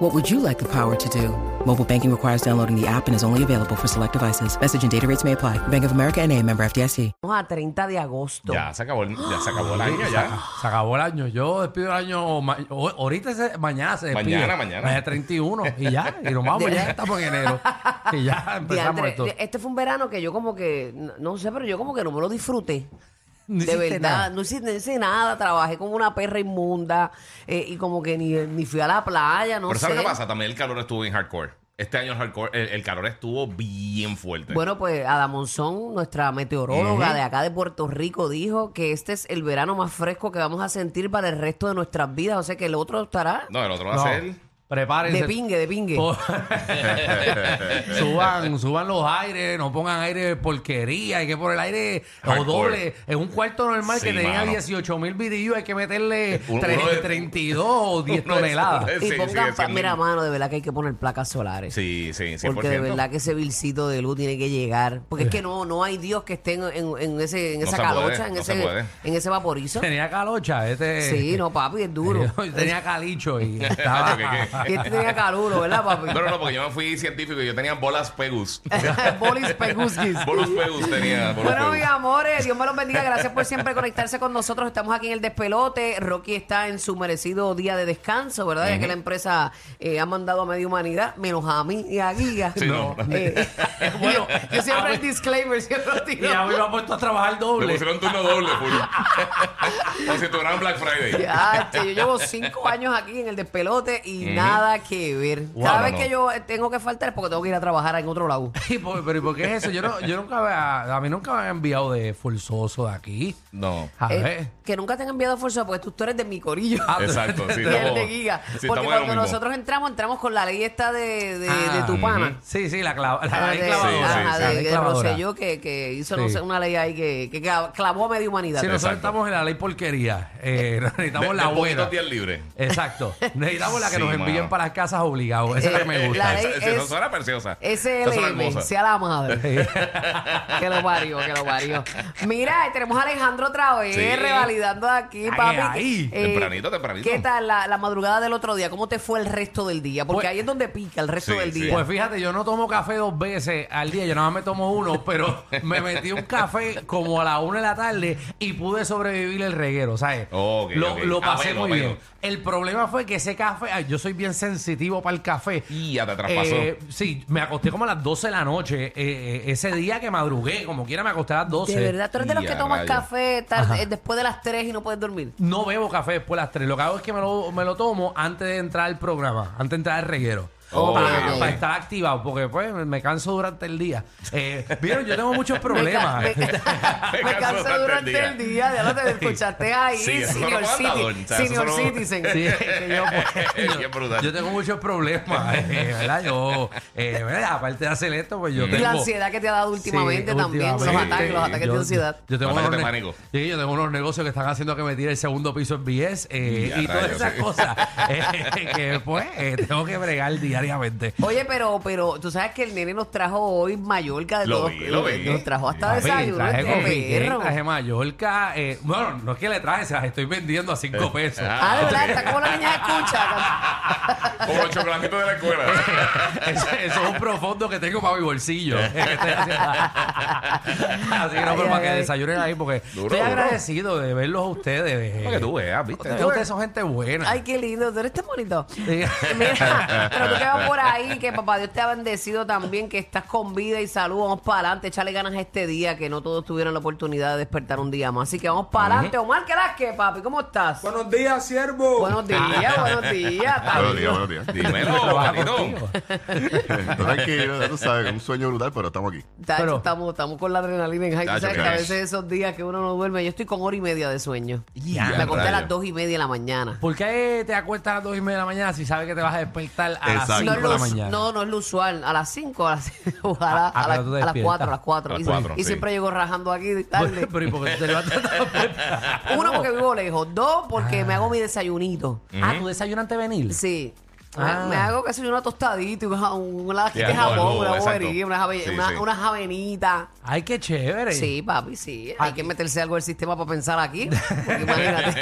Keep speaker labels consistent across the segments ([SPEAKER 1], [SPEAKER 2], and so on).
[SPEAKER 1] What would you like the power to do? Mobile banking requires downloading the app and is only available for select devices. Message and data rates may apply. Bank of America and a member FDIC.
[SPEAKER 2] Vamos a 30 de agosto.
[SPEAKER 3] Ya se acabó el, ya se acabó el año, ya.
[SPEAKER 4] Se acabó el año. Yo despido el año. ma- o- ahorita, se- mañana se despide.
[SPEAKER 3] Mañana, mañana.
[SPEAKER 4] Mañana es 31. Y ya, y nos vamos. ya estamos en enero. Y ya empezamos
[SPEAKER 2] Diantre,
[SPEAKER 4] esto.
[SPEAKER 2] este fue un verano que yo como que, no, no sé, pero yo como que no me lo disfruté. de
[SPEAKER 4] No hiciste
[SPEAKER 2] verdad,
[SPEAKER 4] nada.
[SPEAKER 2] no hice, no hice nada, trabajé como una perra inmunda eh, y como que ni, ni fui a la playa, no
[SPEAKER 3] Pero
[SPEAKER 2] sé.
[SPEAKER 3] ¿sabes qué pasa? También el calor estuvo bien hardcore. Este año el, hardcore, el, el calor estuvo bien fuerte.
[SPEAKER 2] Bueno, pues Ada Monzón, nuestra meteoróloga
[SPEAKER 3] Ujú.
[SPEAKER 2] de acá de Puerto Rico, dijo que este es el verano más fresco que vamos a sentir para el resto de nuestras vidas. O sea que el otro estará
[SPEAKER 3] no, Oh, el otro va
[SPEAKER 4] No,
[SPEAKER 3] a ser.
[SPEAKER 4] prepárense.
[SPEAKER 2] de pingue, de pingue.
[SPEAKER 4] Po- suban, suban los aires, no pongan aire de porquería, hay que poner aire o
[SPEAKER 3] Hardcore.
[SPEAKER 4] doble. En un cuarto normal que
[SPEAKER 3] Sí,
[SPEAKER 4] tenía
[SPEAKER 3] mano. Eh,
[SPEAKER 4] 18 mil vidillos, hay que meterle
[SPEAKER 3] Uno-
[SPEAKER 4] tre-
[SPEAKER 3] uno de-
[SPEAKER 4] 32 o 10
[SPEAKER 3] uno de-
[SPEAKER 4] toneladas.
[SPEAKER 3] uno de-
[SPEAKER 2] Y
[SPEAKER 3] sí,
[SPEAKER 2] pongan,
[SPEAKER 3] sigue
[SPEAKER 2] pa-
[SPEAKER 3] siendo-
[SPEAKER 2] mira, mano, de verdad que hay que poner placas solares.
[SPEAKER 3] Sí, sí, 100%.
[SPEAKER 2] Porque de verdad que ese bilcito de luz tiene que llegar. Porque es que no, no hay Dios que esté en, en- en ese, en
[SPEAKER 3] No
[SPEAKER 2] esa
[SPEAKER 3] se
[SPEAKER 2] calocha,
[SPEAKER 3] puede,
[SPEAKER 2] en,
[SPEAKER 3] no se
[SPEAKER 2] ese,
[SPEAKER 3] puede.
[SPEAKER 2] en ese vaporizo.
[SPEAKER 4] Tenía calocha, este.
[SPEAKER 2] Sí, no, papi, es duro.
[SPEAKER 4] Yo tenía calicho y
[SPEAKER 3] Nacho,
[SPEAKER 4] estaba.
[SPEAKER 3] ¿qué,
[SPEAKER 2] Y este tenía caluro, ¿verdad,
[SPEAKER 3] qué?
[SPEAKER 2] papi?
[SPEAKER 3] No, no, no, porque yo me fui científico y yo tenía bolas pegus.
[SPEAKER 2] Boris Peguskis.
[SPEAKER 3] bolas pegus tenía. Bolas
[SPEAKER 2] Bueno,
[SPEAKER 3] pegus.
[SPEAKER 2] mis amores, Dios me los bendiga. Gracias por siempre conectarse con nosotros. Estamos aquí en el despelote. Rocky está en su merecido día de descanso, ¿verdad? Ya que la empresa eh, ha mandado a media humanidad, menos a mí y a Giga.
[SPEAKER 3] Sí, no.
[SPEAKER 2] Eh,
[SPEAKER 4] Bueno,
[SPEAKER 2] yo, yo siempre el disclaimer, siempre lo
[SPEAKER 4] Y
[SPEAKER 2] tiro.
[SPEAKER 4] ya me iba puesto a trabajar
[SPEAKER 3] Me
[SPEAKER 4] doble.
[SPEAKER 3] pusieron turno doble, Julio. Como si tuvieran Black Friday.
[SPEAKER 2] Ya, che, yo llevo cinco años aquí en el despelote y nada que ver.
[SPEAKER 3] Wow,
[SPEAKER 2] Cada
[SPEAKER 3] no,
[SPEAKER 2] vez
[SPEAKER 3] no.
[SPEAKER 2] que yo eh, tengo que faltar es porque tengo que ir a trabajar en otro lado.
[SPEAKER 4] Y por- pero ¿y por qué es eso? Yo, no, yo nunca había- a mí nunca me han enviado de forzoso de aquí.
[SPEAKER 3] No.
[SPEAKER 4] A
[SPEAKER 2] Eh,
[SPEAKER 4] ver.
[SPEAKER 2] que nunca te han enviado fuerza porque tú, tú eres de mi corillo.
[SPEAKER 4] Ah,
[SPEAKER 3] Exacto, sí,
[SPEAKER 2] Y
[SPEAKER 3] estamos-
[SPEAKER 2] el de Giga. porque
[SPEAKER 3] sí, estamos en lo
[SPEAKER 2] cuando
[SPEAKER 3] mismo.
[SPEAKER 2] nosotros entramos, entramos con la ley esta de, de, de
[SPEAKER 4] Ah,
[SPEAKER 2] tu pana.
[SPEAKER 4] Sí, sí, la clava. La,
[SPEAKER 2] Ah,
[SPEAKER 4] ley
[SPEAKER 2] de-
[SPEAKER 4] clavadora.
[SPEAKER 3] sí,
[SPEAKER 2] ajá,
[SPEAKER 3] sí,
[SPEAKER 2] de-
[SPEAKER 4] La ley
[SPEAKER 2] de
[SPEAKER 4] clavadora.
[SPEAKER 2] Rosselló que, que hizo no
[SPEAKER 4] Sí.
[SPEAKER 2] sé, una ley ahí que, que ca- clavó a media humanidad.
[SPEAKER 4] Sí, nosotros
[SPEAKER 3] Exacto.
[SPEAKER 4] estamos en la ley porquería. Eh, necesitamos
[SPEAKER 3] De-
[SPEAKER 4] la
[SPEAKER 3] de poquitos
[SPEAKER 4] buena.
[SPEAKER 3] días libres.
[SPEAKER 4] Exacto. Necesitamos la que
[SPEAKER 3] Sí,
[SPEAKER 4] nos envíen
[SPEAKER 3] mano.
[SPEAKER 4] para las casas obligado. Esa es la que me
[SPEAKER 2] Eh,
[SPEAKER 4] gusta.
[SPEAKER 2] la ley
[SPEAKER 3] Esa- esa- esa
[SPEAKER 2] es-
[SPEAKER 3] suena preciosa. Esa suena
[SPEAKER 2] SLM,
[SPEAKER 3] hermosa.
[SPEAKER 2] sea la madre. que lo parió, que lo parió. Mira, eh, tenemos a Alejandro Traoré
[SPEAKER 3] Sí.
[SPEAKER 2] revalidando aquí,
[SPEAKER 4] Ahí,
[SPEAKER 2] papi. eh,
[SPEAKER 4] ahí.
[SPEAKER 3] Tempranito, tempranito.
[SPEAKER 2] ¿Qué tal la, la madrugada del otro día? ¿Cómo te fue el resto del día? Porque
[SPEAKER 4] Pues-
[SPEAKER 2] ahí es donde pica el resto
[SPEAKER 3] Sí,
[SPEAKER 2] del
[SPEAKER 3] sí.
[SPEAKER 2] día.
[SPEAKER 4] Pues fíjate, yo no tomo café dos veces al día, yo nada más me tomo uno, pero me metí un café como a la una de la tarde y pude sobrevivir el reguero, ¿sabes?
[SPEAKER 3] Ok,
[SPEAKER 4] lo,
[SPEAKER 3] ok.
[SPEAKER 4] lo
[SPEAKER 3] Ah,
[SPEAKER 4] pasé
[SPEAKER 3] bueno,
[SPEAKER 4] muy
[SPEAKER 3] bueno.
[SPEAKER 4] bien. El problema fue que ese café, ay, yo soy bien sensitivo para el café.
[SPEAKER 3] Y ya te traspasó.
[SPEAKER 4] Eh, sí, me acosté como a las 12 de la noche. eh, eh, ese día que madrugué, como quiera, me acosté a las 12.
[SPEAKER 2] De verdad, tú eres de los
[SPEAKER 3] Y
[SPEAKER 2] que
[SPEAKER 3] a
[SPEAKER 2] tomas
[SPEAKER 3] rayos.
[SPEAKER 2] café tarde- eh, después de las 3 y no puedes dormir.
[SPEAKER 4] No bebo café después de las 3. Lo que hago es que me lo, me lo tomo antes de entrar al programa, antes de entrar al reguero.
[SPEAKER 3] Ok,
[SPEAKER 4] para,
[SPEAKER 3] ok.
[SPEAKER 4] para estar activado, porque pues me canso durante el día. Eh, Vieron, yo tengo muchos problemas.
[SPEAKER 2] Me, ca- me- me
[SPEAKER 3] canso
[SPEAKER 2] canso durante el día. Ya lo te escuchaste ahí,
[SPEAKER 3] Sí, eso no
[SPEAKER 2] Senior,
[SPEAKER 3] lo manda,
[SPEAKER 2] Citi-
[SPEAKER 3] don, o sea,
[SPEAKER 2] senior
[SPEAKER 3] eso no-
[SPEAKER 2] Citizen.
[SPEAKER 4] Sí, es que yo, pues,
[SPEAKER 3] Qué
[SPEAKER 4] yo,
[SPEAKER 3] brutal.
[SPEAKER 4] yo tengo muchos problemas, eh, ¿verdad? Yo, eh, ¿verdad? aparte de hacer esto, pues yo
[SPEAKER 2] Y
[SPEAKER 4] tengo...
[SPEAKER 2] la ansiedad que te ha dado
[SPEAKER 4] Sí,
[SPEAKER 2] últimamente también,
[SPEAKER 4] últimamente.
[SPEAKER 2] los ataques, los ataques
[SPEAKER 4] Yo-
[SPEAKER 2] de ansiedad.
[SPEAKER 4] Yo tengo,
[SPEAKER 3] Ataques
[SPEAKER 4] unos
[SPEAKER 3] de
[SPEAKER 4] ne-
[SPEAKER 3] pánico.
[SPEAKER 4] Sí, yo tengo unos negocios que están haciendo que me tire el segundo piso en BS eh,
[SPEAKER 3] Ya,
[SPEAKER 4] y todas
[SPEAKER 3] rayos,
[SPEAKER 4] esas
[SPEAKER 3] sí.
[SPEAKER 4] cosas eh, que pues eh, tengo que bregar diariamente.
[SPEAKER 2] Oye, pero, pero tú sabes que el nene nos trajo hoy Mallorca de
[SPEAKER 3] Lo
[SPEAKER 2] todos.
[SPEAKER 3] vi, lo vi.
[SPEAKER 2] Nos trajo hasta
[SPEAKER 4] Papi,
[SPEAKER 2] desayuno.
[SPEAKER 4] traje
[SPEAKER 2] este
[SPEAKER 4] copiquén,
[SPEAKER 2] perro.
[SPEAKER 4] traje Mallorca. eh, bueno, no es que le traje, se las estoy vendiendo a
[SPEAKER 3] Eh,
[SPEAKER 4] cinco pesos.
[SPEAKER 2] Ah, de verdad, está como la niña escucha.
[SPEAKER 3] Como los chocolatitos de la escuela.
[SPEAKER 4] eso, eso es un profundo que tengo para mi bolsillo. eh, Así que no, pero
[SPEAKER 2] Ay,
[SPEAKER 4] para que
[SPEAKER 2] ay.
[SPEAKER 4] desayunen ahí, porque
[SPEAKER 3] Duro,
[SPEAKER 4] estoy
[SPEAKER 3] duro.
[SPEAKER 4] agradecido de verlos a ustedes. eh.
[SPEAKER 3] Para que tú veas, ¿viste?
[SPEAKER 4] Ustedes ustedes son gente buena.
[SPEAKER 2] Ay, qué lindo, tú eres tan bonito.
[SPEAKER 4] Sí.
[SPEAKER 2] Mira, pero tú que vas por ahí, que papá Dios te ha bendecido también, que estás con vida y salud. Vamos para adelante, échale ganas a este día, que no todos tuvieron la oportunidad de despertar un día más. Así que vamos para adelante. Omar, ¿qué las que, papi? ¿Cómo estás?
[SPEAKER 5] Buenos días, siervo.
[SPEAKER 2] Buenos días, buenos días.
[SPEAKER 6] Buenos
[SPEAKER 2] Tavi.
[SPEAKER 6] días, buenos días.
[SPEAKER 3] Dímelo,
[SPEAKER 4] Trabaja
[SPEAKER 3] manito.
[SPEAKER 4] contigo.
[SPEAKER 6] Tranquilo, ya tú sabes, con un sueño brutal, pero estamos aquí.
[SPEAKER 2] Tacho,
[SPEAKER 4] Pero-
[SPEAKER 2] estamos, estamos con la adrenalina en high. Tú
[SPEAKER 3] Tacho,
[SPEAKER 2] sabes que a
[SPEAKER 3] claro.
[SPEAKER 2] veces esos días que uno no duerme, yo estoy con hora y media de sueño. Me acosté a
[SPEAKER 3] rayo.
[SPEAKER 2] las dos y media de la mañana.
[SPEAKER 4] ¿Por qué te acuestas a las dos y media de la mañana si sabes que te vas a despertar a las
[SPEAKER 6] Exacto.
[SPEAKER 4] cinco
[SPEAKER 2] No
[SPEAKER 4] de
[SPEAKER 2] es,
[SPEAKER 4] la
[SPEAKER 2] lo,
[SPEAKER 4] mañana.
[SPEAKER 2] no, no es lo usual. A las 5, a las, o a la-
[SPEAKER 4] Ah, ah,
[SPEAKER 2] a la-
[SPEAKER 4] pero tú
[SPEAKER 2] a
[SPEAKER 4] te
[SPEAKER 2] las 4, a
[SPEAKER 4] despiertas.
[SPEAKER 2] las 4.
[SPEAKER 3] A las
[SPEAKER 2] Y,
[SPEAKER 3] cuatro,
[SPEAKER 2] y
[SPEAKER 3] sí.
[SPEAKER 2] siempre llego rajando aquí tarde.
[SPEAKER 4] Pero ¿y por qué tú te levantas tan temprano?
[SPEAKER 2] Uno, porque vivo lejos. Dos, porque me hago mi desayunito.
[SPEAKER 4] Ah, ¿tú desayunas antes de venir?
[SPEAKER 2] Sí.
[SPEAKER 4] Ah.
[SPEAKER 2] Me, me hago que soy una tostadita, y una, una laquita de
[SPEAKER 3] algo,
[SPEAKER 2] jabón,
[SPEAKER 3] algo,
[SPEAKER 2] una
[SPEAKER 3] exacto.
[SPEAKER 2] bobería, una, jave-
[SPEAKER 3] Sí,
[SPEAKER 2] una-
[SPEAKER 3] sí.
[SPEAKER 2] unas avenitas.
[SPEAKER 4] Ay, qué chévere.
[SPEAKER 2] Sí, papi, sí. Hay que meterse algo del sistema para pensar aquí. porque imagínate.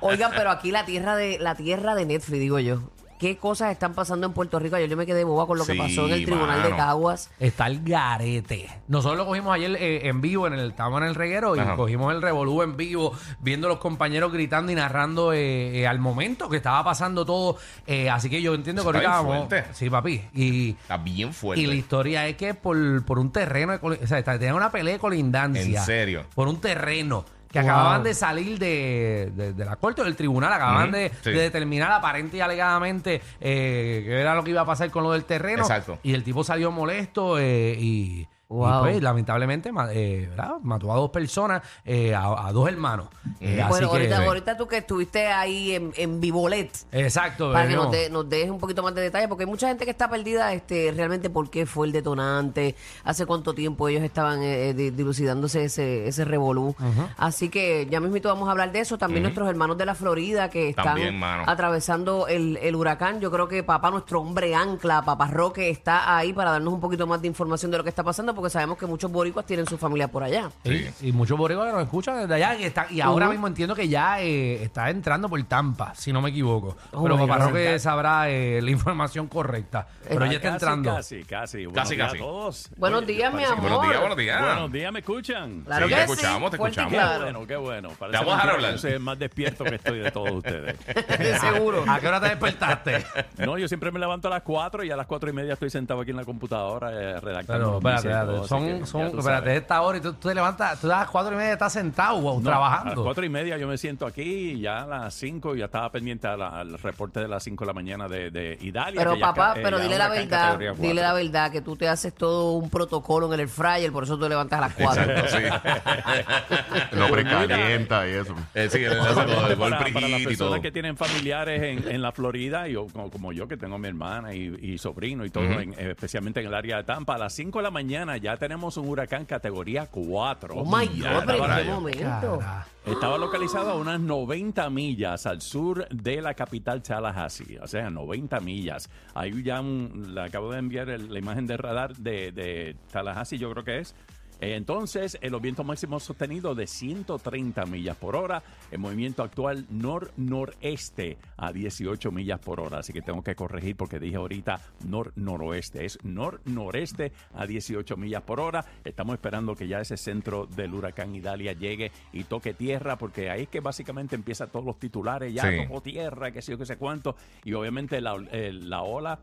[SPEAKER 2] Oigan, pero aquí la tierra de la tierra de Netflix, digo yo. ¿Qué cosas están pasando en Puerto Rico? Ayer yo me quedé boba con lo que
[SPEAKER 3] Sí,
[SPEAKER 2] pasó en el Tribunal de
[SPEAKER 3] mano.
[SPEAKER 2] Caguas.
[SPEAKER 4] Está el garete. Nosotros lo cogimos ayer eh, en vivo, en el, estábamos en el reguero y
[SPEAKER 3] Ajá.
[SPEAKER 4] cogimos el revolú en vivo, viendo los compañeros gritando y narrando eh, eh, al momento que estaba pasando todo. Eh, así que yo entiendo que
[SPEAKER 3] Está
[SPEAKER 4] ahorita
[SPEAKER 3] bien
[SPEAKER 4] vamos.
[SPEAKER 3] fuerte.
[SPEAKER 4] Sí, papi. Y,
[SPEAKER 3] Está bien fuerte.
[SPEAKER 4] y la historia es que por, por un terreno, de coli- o sea, está- tenía una pelea de colindancia.
[SPEAKER 3] ¿En serio?
[SPEAKER 4] Por un terreno. Que
[SPEAKER 2] Wow.
[SPEAKER 4] acababan de salir de, de- de la corte o del tribunal, acababan
[SPEAKER 3] Ujú,
[SPEAKER 4] de,
[SPEAKER 3] sí.
[SPEAKER 4] de determinar aparente y alegadamente eh, qué era lo que iba a pasar con lo del terreno.
[SPEAKER 3] Exacto.
[SPEAKER 4] Y el tipo salió molesto eh, y, y,
[SPEAKER 2] Wow.
[SPEAKER 4] pues, lamentablemente ma- eh, ¿verdad? mató a dos personas, eh, a, a dos hermanos. Eh, así
[SPEAKER 2] Bueno, ahorita,
[SPEAKER 4] que-
[SPEAKER 2] ahorita tú que estuviste ahí en, en Vivolet.
[SPEAKER 4] Exacto,
[SPEAKER 2] Para que
[SPEAKER 4] venimos.
[SPEAKER 2] nos, de- nos dejes un poquito más de detalle, porque hay mucha gente que está perdida este, realmente por qué fue el detonante, hace cuánto tiempo ellos estaban eh, eh, di- dilucidándose ese, ese revolú. Así que ya mismito vamos a hablar de eso. También nuestros hermanos de la Florida que están
[SPEAKER 3] También, mano.
[SPEAKER 2] atravesando el, el huracán. Yo creo que papá, nuestro hombre ancla, papá Roque, está ahí para darnos un poquito más de información de lo que está pasando, porque sabemos que muchos boricuas tienen su familia por allá.
[SPEAKER 4] Sí, Y muchos boricuas que nos escuchan desde allá. Y, está- y ahora
[SPEAKER 2] Ujú.
[SPEAKER 4] mismo entiendo que ya eh, está entrando por Tampa, si no me equivoco.
[SPEAKER 2] Oh
[SPEAKER 4] Pero
[SPEAKER 2] my
[SPEAKER 4] papá
[SPEAKER 2] God.
[SPEAKER 4] Roque sabrá eh, la información correcta. Pero ya está
[SPEAKER 5] Eh, Ah, casi,
[SPEAKER 4] entrando.
[SPEAKER 5] Casi, casi. Buenos
[SPEAKER 3] Casi,
[SPEAKER 5] días
[SPEAKER 3] casi.
[SPEAKER 5] a todos.
[SPEAKER 2] Buenos
[SPEAKER 5] Oye,
[SPEAKER 2] días, mi
[SPEAKER 5] parece que-
[SPEAKER 2] amor.
[SPEAKER 3] Buenos días, buenos días.
[SPEAKER 5] Buenos días, ¿me escuchan?
[SPEAKER 2] Claro
[SPEAKER 3] Sí,
[SPEAKER 2] que
[SPEAKER 3] te escuchamos, te
[SPEAKER 2] fuerte y
[SPEAKER 3] escuchamos.
[SPEAKER 5] Qué
[SPEAKER 2] claro.
[SPEAKER 5] bueno, qué bueno. Parece
[SPEAKER 3] Te vamos a dejar
[SPEAKER 5] mentira que
[SPEAKER 3] hablar.
[SPEAKER 5] yo soy el más despierto que estoy de todos ustedes.
[SPEAKER 2] De seguro.
[SPEAKER 4] ¿A qué hora te despertaste?
[SPEAKER 5] No, yo siempre me levanto a las 4 y a las 4 y media estoy sentado aquí en la computadora eh, redactando.
[SPEAKER 4] Pero espérate,
[SPEAKER 5] noticias y
[SPEAKER 4] espérate.
[SPEAKER 5] todo, así que
[SPEAKER 4] Son,
[SPEAKER 5] ya
[SPEAKER 4] son,
[SPEAKER 5] tú
[SPEAKER 4] espérate,
[SPEAKER 5] sabes.
[SPEAKER 4] esta hora y tú, tú te levantas, tú das a las cuatro y media y estás sentado wow,
[SPEAKER 5] No, A las
[SPEAKER 4] trabajando.
[SPEAKER 5] 4 y media yo me siento aquí y ya a las 5 ya estaba pendiente a la- al reporte de las 5 de la mañana de, de Italia.
[SPEAKER 2] Pero
[SPEAKER 5] que ya
[SPEAKER 2] papá,
[SPEAKER 5] ca- eh,
[SPEAKER 2] pero
[SPEAKER 5] ya
[SPEAKER 2] dile la
[SPEAKER 5] huracán
[SPEAKER 2] verdad,
[SPEAKER 5] categoría cuatro.
[SPEAKER 2] dile la verdad que tú te haces todo un protocolo en el air fryer, por eso tú te levantas a las 4.
[SPEAKER 3] Exacto, sí.
[SPEAKER 6] Lo precalienta y eso.
[SPEAKER 3] Eh, sí, le hace todo el
[SPEAKER 5] Obviamente,
[SPEAKER 3] gol
[SPEAKER 5] para, para las
[SPEAKER 3] y todo.
[SPEAKER 5] personas que tienen familiares en, en la Florida, yo, como, como yo que tengo a mi hermana y, y sobrino y todo, en- eh, especialmente en el área de Tampa, a las 5 de la mañana ya tenemos un huracán categoría 4.
[SPEAKER 2] Oh my
[SPEAKER 3] Ya,
[SPEAKER 2] God, pero en qué
[SPEAKER 3] rayos.
[SPEAKER 2] momento.
[SPEAKER 4] Cara.
[SPEAKER 5] Estaba localizado a unas 90 millas al sur de la capital Tallahassee, o sea, 90 millas. Ahí ya un- le acabo de enviar el- la imagen de radar de, de Tallahassee, yo creo que es. Eh, Entonces, eh, los vientos máximos sostenidos de 130 millas por hora, el movimiento actual nor-noreste a 18 millas por hora. Así que tengo que corregir porque dije ahorita nor-noroeste, es nor-noreste a 18 millas por hora. Estamos esperando que ya ese centro del huracán Idalia llegue y toque tierra porque ahí es que básicamente empieza todos los titulares, ya
[SPEAKER 3] Sí.
[SPEAKER 5] tocó tierra, que sé yo, que sé cuánto. Y obviamente la, ol- eh, la ola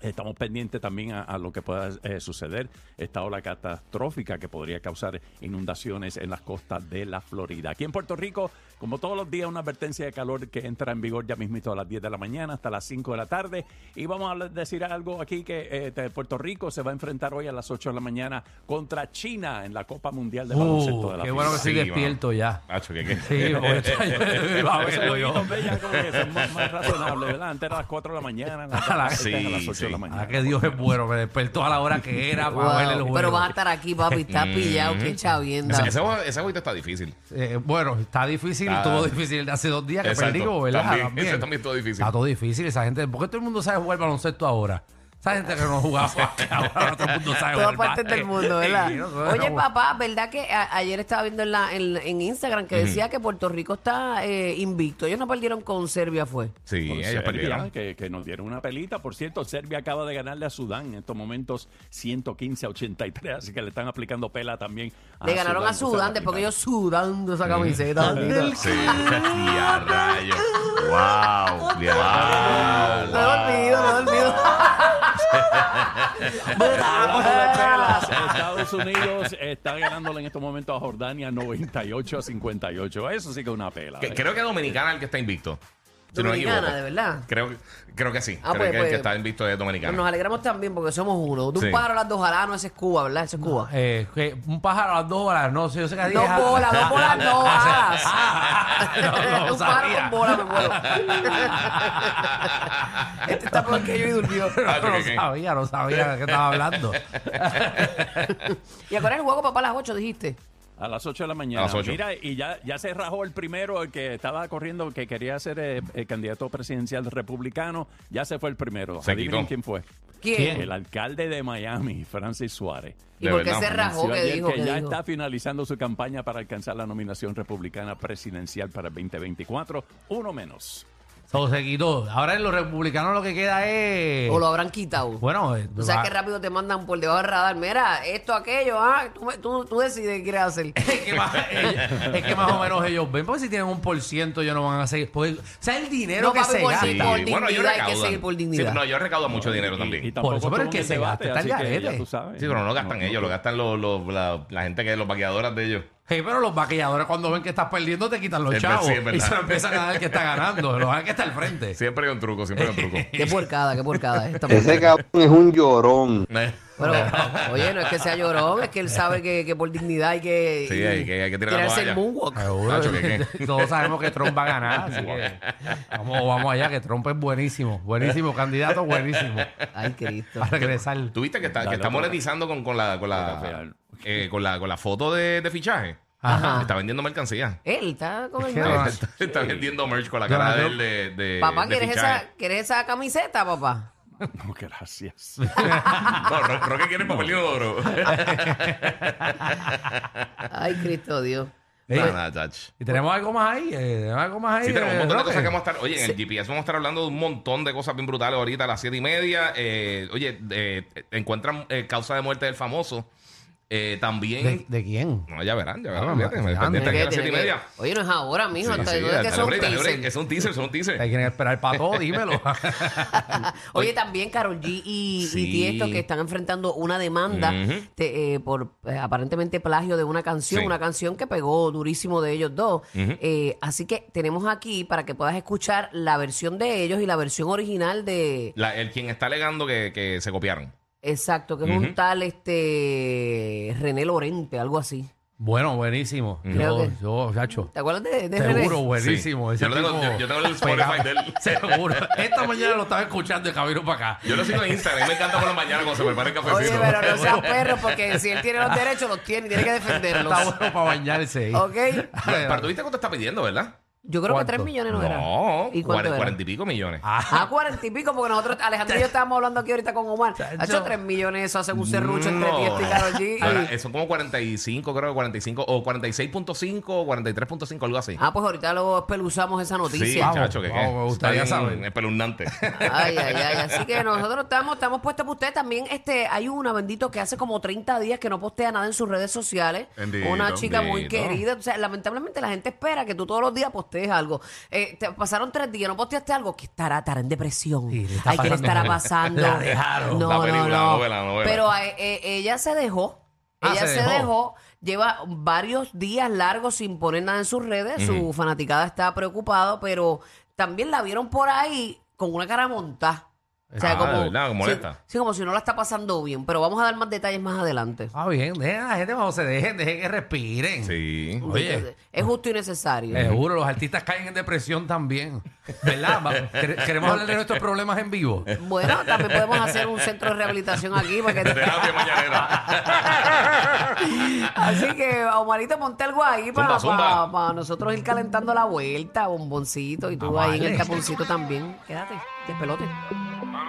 [SPEAKER 5] Estamos pendientes también a, a lo que pueda eh, suceder, esta ola catastrófica que podría causar inundaciones en las costas de la Florida. Aquí en Puerto Rico, como todos los días, una advertencia de calor que entra en vigor ya mismito a las 10 de la mañana hasta las 5 de la tarde. Y vamos a hablar- decir algo aquí que eh, de Puerto Rico se va a enfrentar hoy a las 8 de la mañana contra China en la Copa Mundial de Baloncesto de
[SPEAKER 4] Uh,
[SPEAKER 5] la
[SPEAKER 4] qué bueno que
[SPEAKER 5] FIBA.
[SPEAKER 4] estoy
[SPEAKER 3] Sí, mano.
[SPEAKER 4] despierto ya.
[SPEAKER 3] Macho, que- que-
[SPEAKER 4] Sí, porque estoy- iba a
[SPEAKER 5] Eso
[SPEAKER 4] verlo yo.
[SPEAKER 5] es bella, como que son más, más razonable, ¿verdad? Antes era a las 4 de la mañana, en la
[SPEAKER 4] A la-
[SPEAKER 5] tarde, a las 8
[SPEAKER 3] Sí,
[SPEAKER 5] de la
[SPEAKER 3] sí.
[SPEAKER 5] mañana.
[SPEAKER 4] Ah, que Dios es bueno, me despertó a la hora que era para ver
[SPEAKER 2] Wow,
[SPEAKER 4] el juego.
[SPEAKER 2] Pero vas a estar aquí, papi, está pillado, qué chavienda.
[SPEAKER 3] Ese- Ese agua- ese agüita está difícil.
[SPEAKER 4] Eh, bueno, está difícil,
[SPEAKER 3] Ah.
[SPEAKER 4] estuvo difícil de hace dos días que
[SPEAKER 3] Exacto.
[SPEAKER 4] perdimos, ¿verdad?
[SPEAKER 3] También, eso también estuvo difícil.
[SPEAKER 4] Está todo difícil esa gente. ¿Por qué todo el mundo sabe jugar baloncesto ahora? Esa gente que no jugaba básquet, ahora todo el mundo sabe
[SPEAKER 2] Todas
[SPEAKER 4] jugar
[SPEAKER 2] partes del
[SPEAKER 4] básquet.
[SPEAKER 2] mundo, ¿verdad?
[SPEAKER 4] Sí, no, no,
[SPEAKER 2] Oye,
[SPEAKER 4] no.
[SPEAKER 2] papá, ¿verdad que a- ayer estaba viendo en, la, en, en Instagram que decía que Puerto Rico está eh, invicto? Ellos no perdieron con Serbia, fue.
[SPEAKER 3] Sí,
[SPEAKER 5] Con
[SPEAKER 3] ellos
[SPEAKER 5] Serbia,
[SPEAKER 3] perdieron.
[SPEAKER 5] que, que nos dieron una pelita. Por cierto, Serbia acaba de ganarle a Sudán en estos momentos 115 a 83, así que le están aplicando pela también. a
[SPEAKER 2] Le ganaron a
[SPEAKER 5] o sea,
[SPEAKER 2] Sudán,
[SPEAKER 5] la
[SPEAKER 2] después que
[SPEAKER 5] aplicaron.
[SPEAKER 2] ellos sudando esa camiseta.
[SPEAKER 3] Sí, y a rayos.
[SPEAKER 6] ¡Wow!
[SPEAKER 2] No lo olvido, no lo olvido. ah,
[SPEAKER 5] Estados Unidos está ganándole en estos momentos a Jordania 98 a 58. Eso sí que es una pela. ¿eh?
[SPEAKER 3] Que- Creo que Dominicana es el que está invicto. Si no me
[SPEAKER 2] Dominicana,
[SPEAKER 3] equivoco.
[SPEAKER 2] de verdad.
[SPEAKER 3] Creo, creo que sí.
[SPEAKER 2] Ah,
[SPEAKER 3] creo
[SPEAKER 2] pues,
[SPEAKER 3] que el
[SPEAKER 2] pues.
[SPEAKER 3] que está invicto es dominicano.
[SPEAKER 2] ah. Nos alegramos también porque somos uno. De un
[SPEAKER 3] Sí.
[SPEAKER 2] pájaro a las dos alas, no, ese es Cuba, ¿verdad? Ese es Cuba.
[SPEAKER 4] Eh, que un pájaro a las dos horas, no sé, yo sé que a ti
[SPEAKER 2] Dos
[SPEAKER 4] es a-
[SPEAKER 2] bolas, dos bolas, no, alas.
[SPEAKER 4] Ah, No, no,
[SPEAKER 2] un pájaro
[SPEAKER 4] sabía.
[SPEAKER 2] con bola, me muero. este está peor que yo y durmió.
[SPEAKER 3] Ah,
[SPEAKER 4] No,
[SPEAKER 3] ok,
[SPEAKER 4] no
[SPEAKER 3] ok.
[SPEAKER 4] sabía, no sabía de qué estaba hablando.
[SPEAKER 2] Y acuérdate el juego, papá, a las 8 dijiste.
[SPEAKER 5] A las 8 de la mañana.
[SPEAKER 3] A las ocho.
[SPEAKER 5] Mira, y ya, ya se rajó el primero, el que estaba corriendo, que quería ser eh, el candidato presidencial republicano. Ya se fue el primero.
[SPEAKER 3] Se
[SPEAKER 5] Adivinen
[SPEAKER 3] quitó.
[SPEAKER 5] quién fue.
[SPEAKER 2] ¿Quién?
[SPEAKER 5] El alcalde de Miami, Francis Suárez.
[SPEAKER 2] ¿Y
[SPEAKER 3] De
[SPEAKER 2] por qué
[SPEAKER 3] verdad,
[SPEAKER 2] se rajó?
[SPEAKER 5] anunció
[SPEAKER 2] ¿Qué
[SPEAKER 5] ayer
[SPEAKER 2] dijo?
[SPEAKER 5] que
[SPEAKER 2] ¿Qué
[SPEAKER 5] ya
[SPEAKER 2] dijo?
[SPEAKER 5] está finalizando su campaña para alcanzar la nominación republicana presidencial para el 2024. Uno menos.
[SPEAKER 4] So, se quitó. Ahora en los republicanos lo que queda es.
[SPEAKER 2] ¿O lo habrán quitado?
[SPEAKER 4] Bueno, eh,
[SPEAKER 2] Tú sabes
[SPEAKER 4] va-
[SPEAKER 2] que rápido te mandan por debajo del radar. Mira, esto, aquello, ah, tú, me- tú, tú decides qué quieres hacer.
[SPEAKER 4] es que, más, es que más o menos ellos ven, porque si tienen un por ciento, ellos no van a seguir. porque- o sea, el dinero
[SPEAKER 2] No,
[SPEAKER 4] que
[SPEAKER 2] papi,
[SPEAKER 4] se
[SPEAKER 2] Ah, por
[SPEAKER 4] gasta.
[SPEAKER 2] ciento. Por
[SPEAKER 3] bueno, yo
[SPEAKER 2] dignidad hay que
[SPEAKER 3] recaudo.
[SPEAKER 2] seguir por dignidad.
[SPEAKER 3] no, yo recaudo mucho dinero
[SPEAKER 5] Y-
[SPEAKER 3] también.
[SPEAKER 5] y
[SPEAKER 3] sí,
[SPEAKER 5] tampoco
[SPEAKER 4] eso, pero
[SPEAKER 5] tuvo
[SPEAKER 4] es que
[SPEAKER 5] un
[SPEAKER 4] se gasta
[SPEAKER 5] debate,
[SPEAKER 4] el
[SPEAKER 5] así que
[SPEAKER 4] garete.
[SPEAKER 5] ya tú sabes.
[SPEAKER 3] pero no lo gastan
[SPEAKER 5] No,
[SPEAKER 3] ellos,
[SPEAKER 5] no,
[SPEAKER 3] lo gastan los, los- la, la gente que los vaqueadoras de ellos.
[SPEAKER 4] Sí, pero los vaqueadores cuando ven que estás perdiendo te quitan los
[SPEAKER 3] Es ver-
[SPEAKER 4] chavos
[SPEAKER 3] sí, es verdad.
[SPEAKER 4] y se lo empiezan a dar el que está ganando, los que está al frente.
[SPEAKER 3] Siempre hay un truco, siempre hay un truco.
[SPEAKER 2] Qué porcada, qué porcada. Esta
[SPEAKER 7] Ese cabrón es un llorón.
[SPEAKER 2] Pero, oye, no es que sea llorón, es que él sabe que, que por dignidad hay que,
[SPEAKER 3] Sí,
[SPEAKER 2] y-
[SPEAKER 3] hay que- hay que tirar la
[SPEAKER 2] tirarse el
[SPEAKER 3] toalla.
[SPEAKER 2] moonwalk.
[SPEAKER 4] Seguro.
[SPEAKER 3] Nacho, ¿qué, qué?
[SPEAKER 4] Todos sabemos que Trump va a ganar, así que vamos, vamos allá, que Trump es buenísimo, buenísimo, candidato buenísimo.
[SPEAKER 2] Ay, Cristo.
[SPEAKER 4] A regresar.
[SPEAKER 3] ¿Tú viste que está, que
[SPEAKER 5] Dale,
[SPEAKER 3] está
[SPEAKER 5] otro.
[SPEAKER 3] monetizando con, con, la, con, la,
[SPEAKER 5] Café.
[SPEAKER 3] eh, con, la, con la foto de, de fichaje?
[SPEAKER 2] Ajá.
[SPEAKER 3] Está vendiendo mercancía.
[SPEAKER 2] Él está con el
[SPEAKER 3] Este,
[SPEAKER 4] Qué
[SPEAKER 2] mouse.
[SPEAKER 4] va.
[SPEAKER 3] Está, está vendiendo merch con la
[SPEAKER 4] Claro,
[SPEAKER 3] cara de
[SPEAKER 4] yo-
[SPEAKER 3] él de, de-
[SPEAKER 2] Papá,
[SPEAKER 3] este, de
[SPEAKER 2] ¿quieres
[SPEAKER 3] fichaje.
[SPEAKER 2] esa, ¿quieres esa camiseta, papá?
[SPEAKER 5] No, gracias.
[SPEAKER 3] No, Ro- Roque quiere papel de oro.
[SPEAKER 2] Ay, Cristo Dios.
[SPEAKER 4] Eh,
[SPEAKER 3] Nada, nada, chacho.
[SPEAKER 4] y tenemos algo más ahí, eh, tenemos algo más ahí.
[SPEAKER 3] Sí, tenemos un
[SPEAKER 4] eh,
[SPEAKER 3] montón de
[SPEAKER 4] Roque?
[SPEAKER 3] cosas que vamos a estar. Oye, en el GPS vamos a estar hablando de un montón de cosas bien brutales ahorita a las siete y media. Eh, oye, eh, encuentran eh, causa de muerte del famoso. Eh, también.
[SPEAKER 4] ¿De, de quién?
[SPEAKER 3] No, ya verán, ya
[SPEAKER 4] Ah,
[SPEAKER 3] verán. fíjate,
[SPEAKER 4] mamá,
[SPEAKER 3] me-
[SPEAKER 4] ya,
[SPEAKER 2] Tiene
[SPEAKER 3] pendiente aquí a
[SPEAKER 2] que-
[SPEAKER 3] las
[SPEAKER 2] tiene
[SPEAKER 3] siete y
[SPEAKER 2] que-
[SPEAKER 3] media.
[SPEAKER 2] Oye, no es ahora, mijo.
[SPEAKER 3] Sí,
[SPEAKER 2] hasta
[SPEAKER 3] sí,
[SPEAKER 2] es que
[SPEAKER 3] dale
[SPEAKER 2] son
[SPEAKER 3] break, dale break.
[SPEAKER 2] teaser.
[SPEAKER 3] Es un teaser, son un
[SPEAKER 4] Hay
[SPEAKER 3] teaser.
[SPEAKER 4] que esperar para todo, dímelo.
[SPEAKER 2] Oye, también Carol G y,
[SPEAKER 3] Sí.
[SPEAKER 2] y Tiesto que están enfrentando una demanda
[SPEAKER 3] Ujú.
[SPEAKER 2] de, eh, por eh, aparentemente plagio de una canción,
[SPEAKER 3] Sí.
[SPEAKER 2] una canción que pegó durísimo de ellos dos. Eh, así que tenemos aquí para que puedas escuchar la versión de ellos y la versión original de
[SPEAKER 3] La- el quien está alegando que, que se copiaron.
[SPEAKER 2] exacto, que es un tal este René Lorente, algo así.
[SPEAKER 4] bueno, buenísimo.
[SPEAKER 2] Creo
[SPEAKER 4] Yo,
[SPEAKER 2] que-
[SPEAKER 4] yo, chacho.
[SPEAKER 2] ¿Te acuerdas de, de René?
[SPEAKER 4] Seguro, buenísimo.
[SPEAKER 3] Sí.
[SPEAKER 4] Ese
[SPEAKER 3] Yo lo tengo-
[SPEAKER 4] tipo
[SPEAKER 3] yo- yo tengo el Spotify de él.
[SPEAKER 4] Seguro. Esta mañana lo estaba escuchando de camino para acá.
[SPEAKER 3] Yo lo sigo en Instagram y me encanta por la mañana cuando se prepara el
[SPEAKER 2] Oye,
[SPEAKER 3] cafecito.
[SPEAKER 2] pero no seas perro, porque si él tiene los derechos, los tiene, y tiene que defenderlos.
[SPEAKER 4] Está bueno para bañarse.
[SPEAKER 2] ¿Ok?
[SPEAKER 3] Pero pero tú viste cuánto está pidiendo, ¿verdad?
[SPEAKER 2] Yo creo que
[SPEAKER 4] ¿Cuánto?
[SPEAKER 2] tres millones no, era.
[SPEAKER 3] No,
[SPEAKER 2] ¿Y cuánto
[SPEAKER 3] cuarenta
[SPEAKER 2] era?
[SPEAKER 3] cuarenta y pico millones.
[SPEAKER 2] Ah, cuarenta y pico, porque nosotros, Alejandro y yo estábamos hablando aquí ahorita con Omar. Ha hecho
[SPEAKER 4] Chacho.
[SPEAKER 2] tres millones, eso hace un serrucho entre
[SPEAKER 3] No.
[SPEAKER 2] Tiesto y Karol G.
[SPEAKER 3] Ahora,
[SPEAKER 2] y-
[SPEAKER 3] eh, son como 45, creo que 45, o 46.5 o 43.5, algo así.
[SPEAKER 2] Ah, pues ahorita lo espeluzamos esa
[SPEAKER 3] sí,
[SPEAKER 2] noticia.
[SPEAKER 3] chacho, que
[SPEAKER 4] Vamos,
[SPEAKER 3] qué.
[SPEAKER 4] me gustaría
[SPEAKER 3] Está bien
[SPEAKER 4] saber.
[SPEAKER 3] Espeluznante.
[SPEAKER 2] Ay, ay, ay. Así que nosotros estamos, estamos puestos para ustedes. También este, hay una, bendito, que hace como 30 días que no postea nada en sus redes sociales.
[SPEAKER 6] Bendito,
[SPEAKER 2] una chica muy
[SPEAKER 3] bendito.
[SPEAKER 2] querida. O sea, lamentablemente la gente espera que tú todos los días postees algo. Eh, te- pasaron tres días, no posteaste algo, que estará, estará en depresión.
[SPEAKER 4] Sí, le está
[SPEAKER 2] Ay, que le
[SPEAKER 4] pasando.
[SPEAKER 2] estará pasando.
[SPEAKER 4] La dejaron.
[SPEAKER 2] No,
[SPEAKER 3] La
[SPEAKER 2] no,
[SPEAKER 3] película,
[SPEAKER 2] no.
[SPEAKER 3] la novela, la novela.
[SPEAKER 2] Pero eh, eh, ella se dejó.
[SPEAKER 4] Ah,
[SPEAKER 2] ella
[SPEAKER 4] se
[SPEAKER 2] se,
[SPEAKER 4] dejó.
[SPEAKER 2] dejó. Lleva varios días largos sin poner nada en sus redes. Su fanaticada está preocupada, pero también la vieron por ahí con una cara montada. O sea,
[SPEAKER 3] Ah, de verdad, como molesta.
[SPEAKER 2] Sí, sí, como si no la está pasando bien. Pero vamos a dar más detalles más adelante.
[SPEAKER 4] Ah, bien. Dejen a la gente cuando se dejen, dejen que respiren.
[SPEAKER 3] Sí.
[SPEAKER 4] Oye.
[SPEAKER 2] Es justo y necesario.
[SPEAKER 4] Eh, Seguro, los artistas caen en depresión también. ¿Verdad? Va- quere- Queremos hablar de nuestros problemas en vivo.
[SPEAKER 2] Bueno, también podemos hacer un centro de rehabilitación aquí para que
[SPEAKER 3] Terapia mañanera.
[SPEAKER 2] Así que, Omarito, ponte algo ahí para,
[SPEAKER 3] Zumba, zumba.
[SPEAKER 2] para- para nosotros ir calentando la vuelta, bomboncito, y tú
[SPEAKER 4] Ah,
[SPEAKER 2] ahí en
[SPEAKER 4] vale.
[SPEAKER 2] el taponcito también. Quédate, despelote.
[SPEAKER 8] Mano,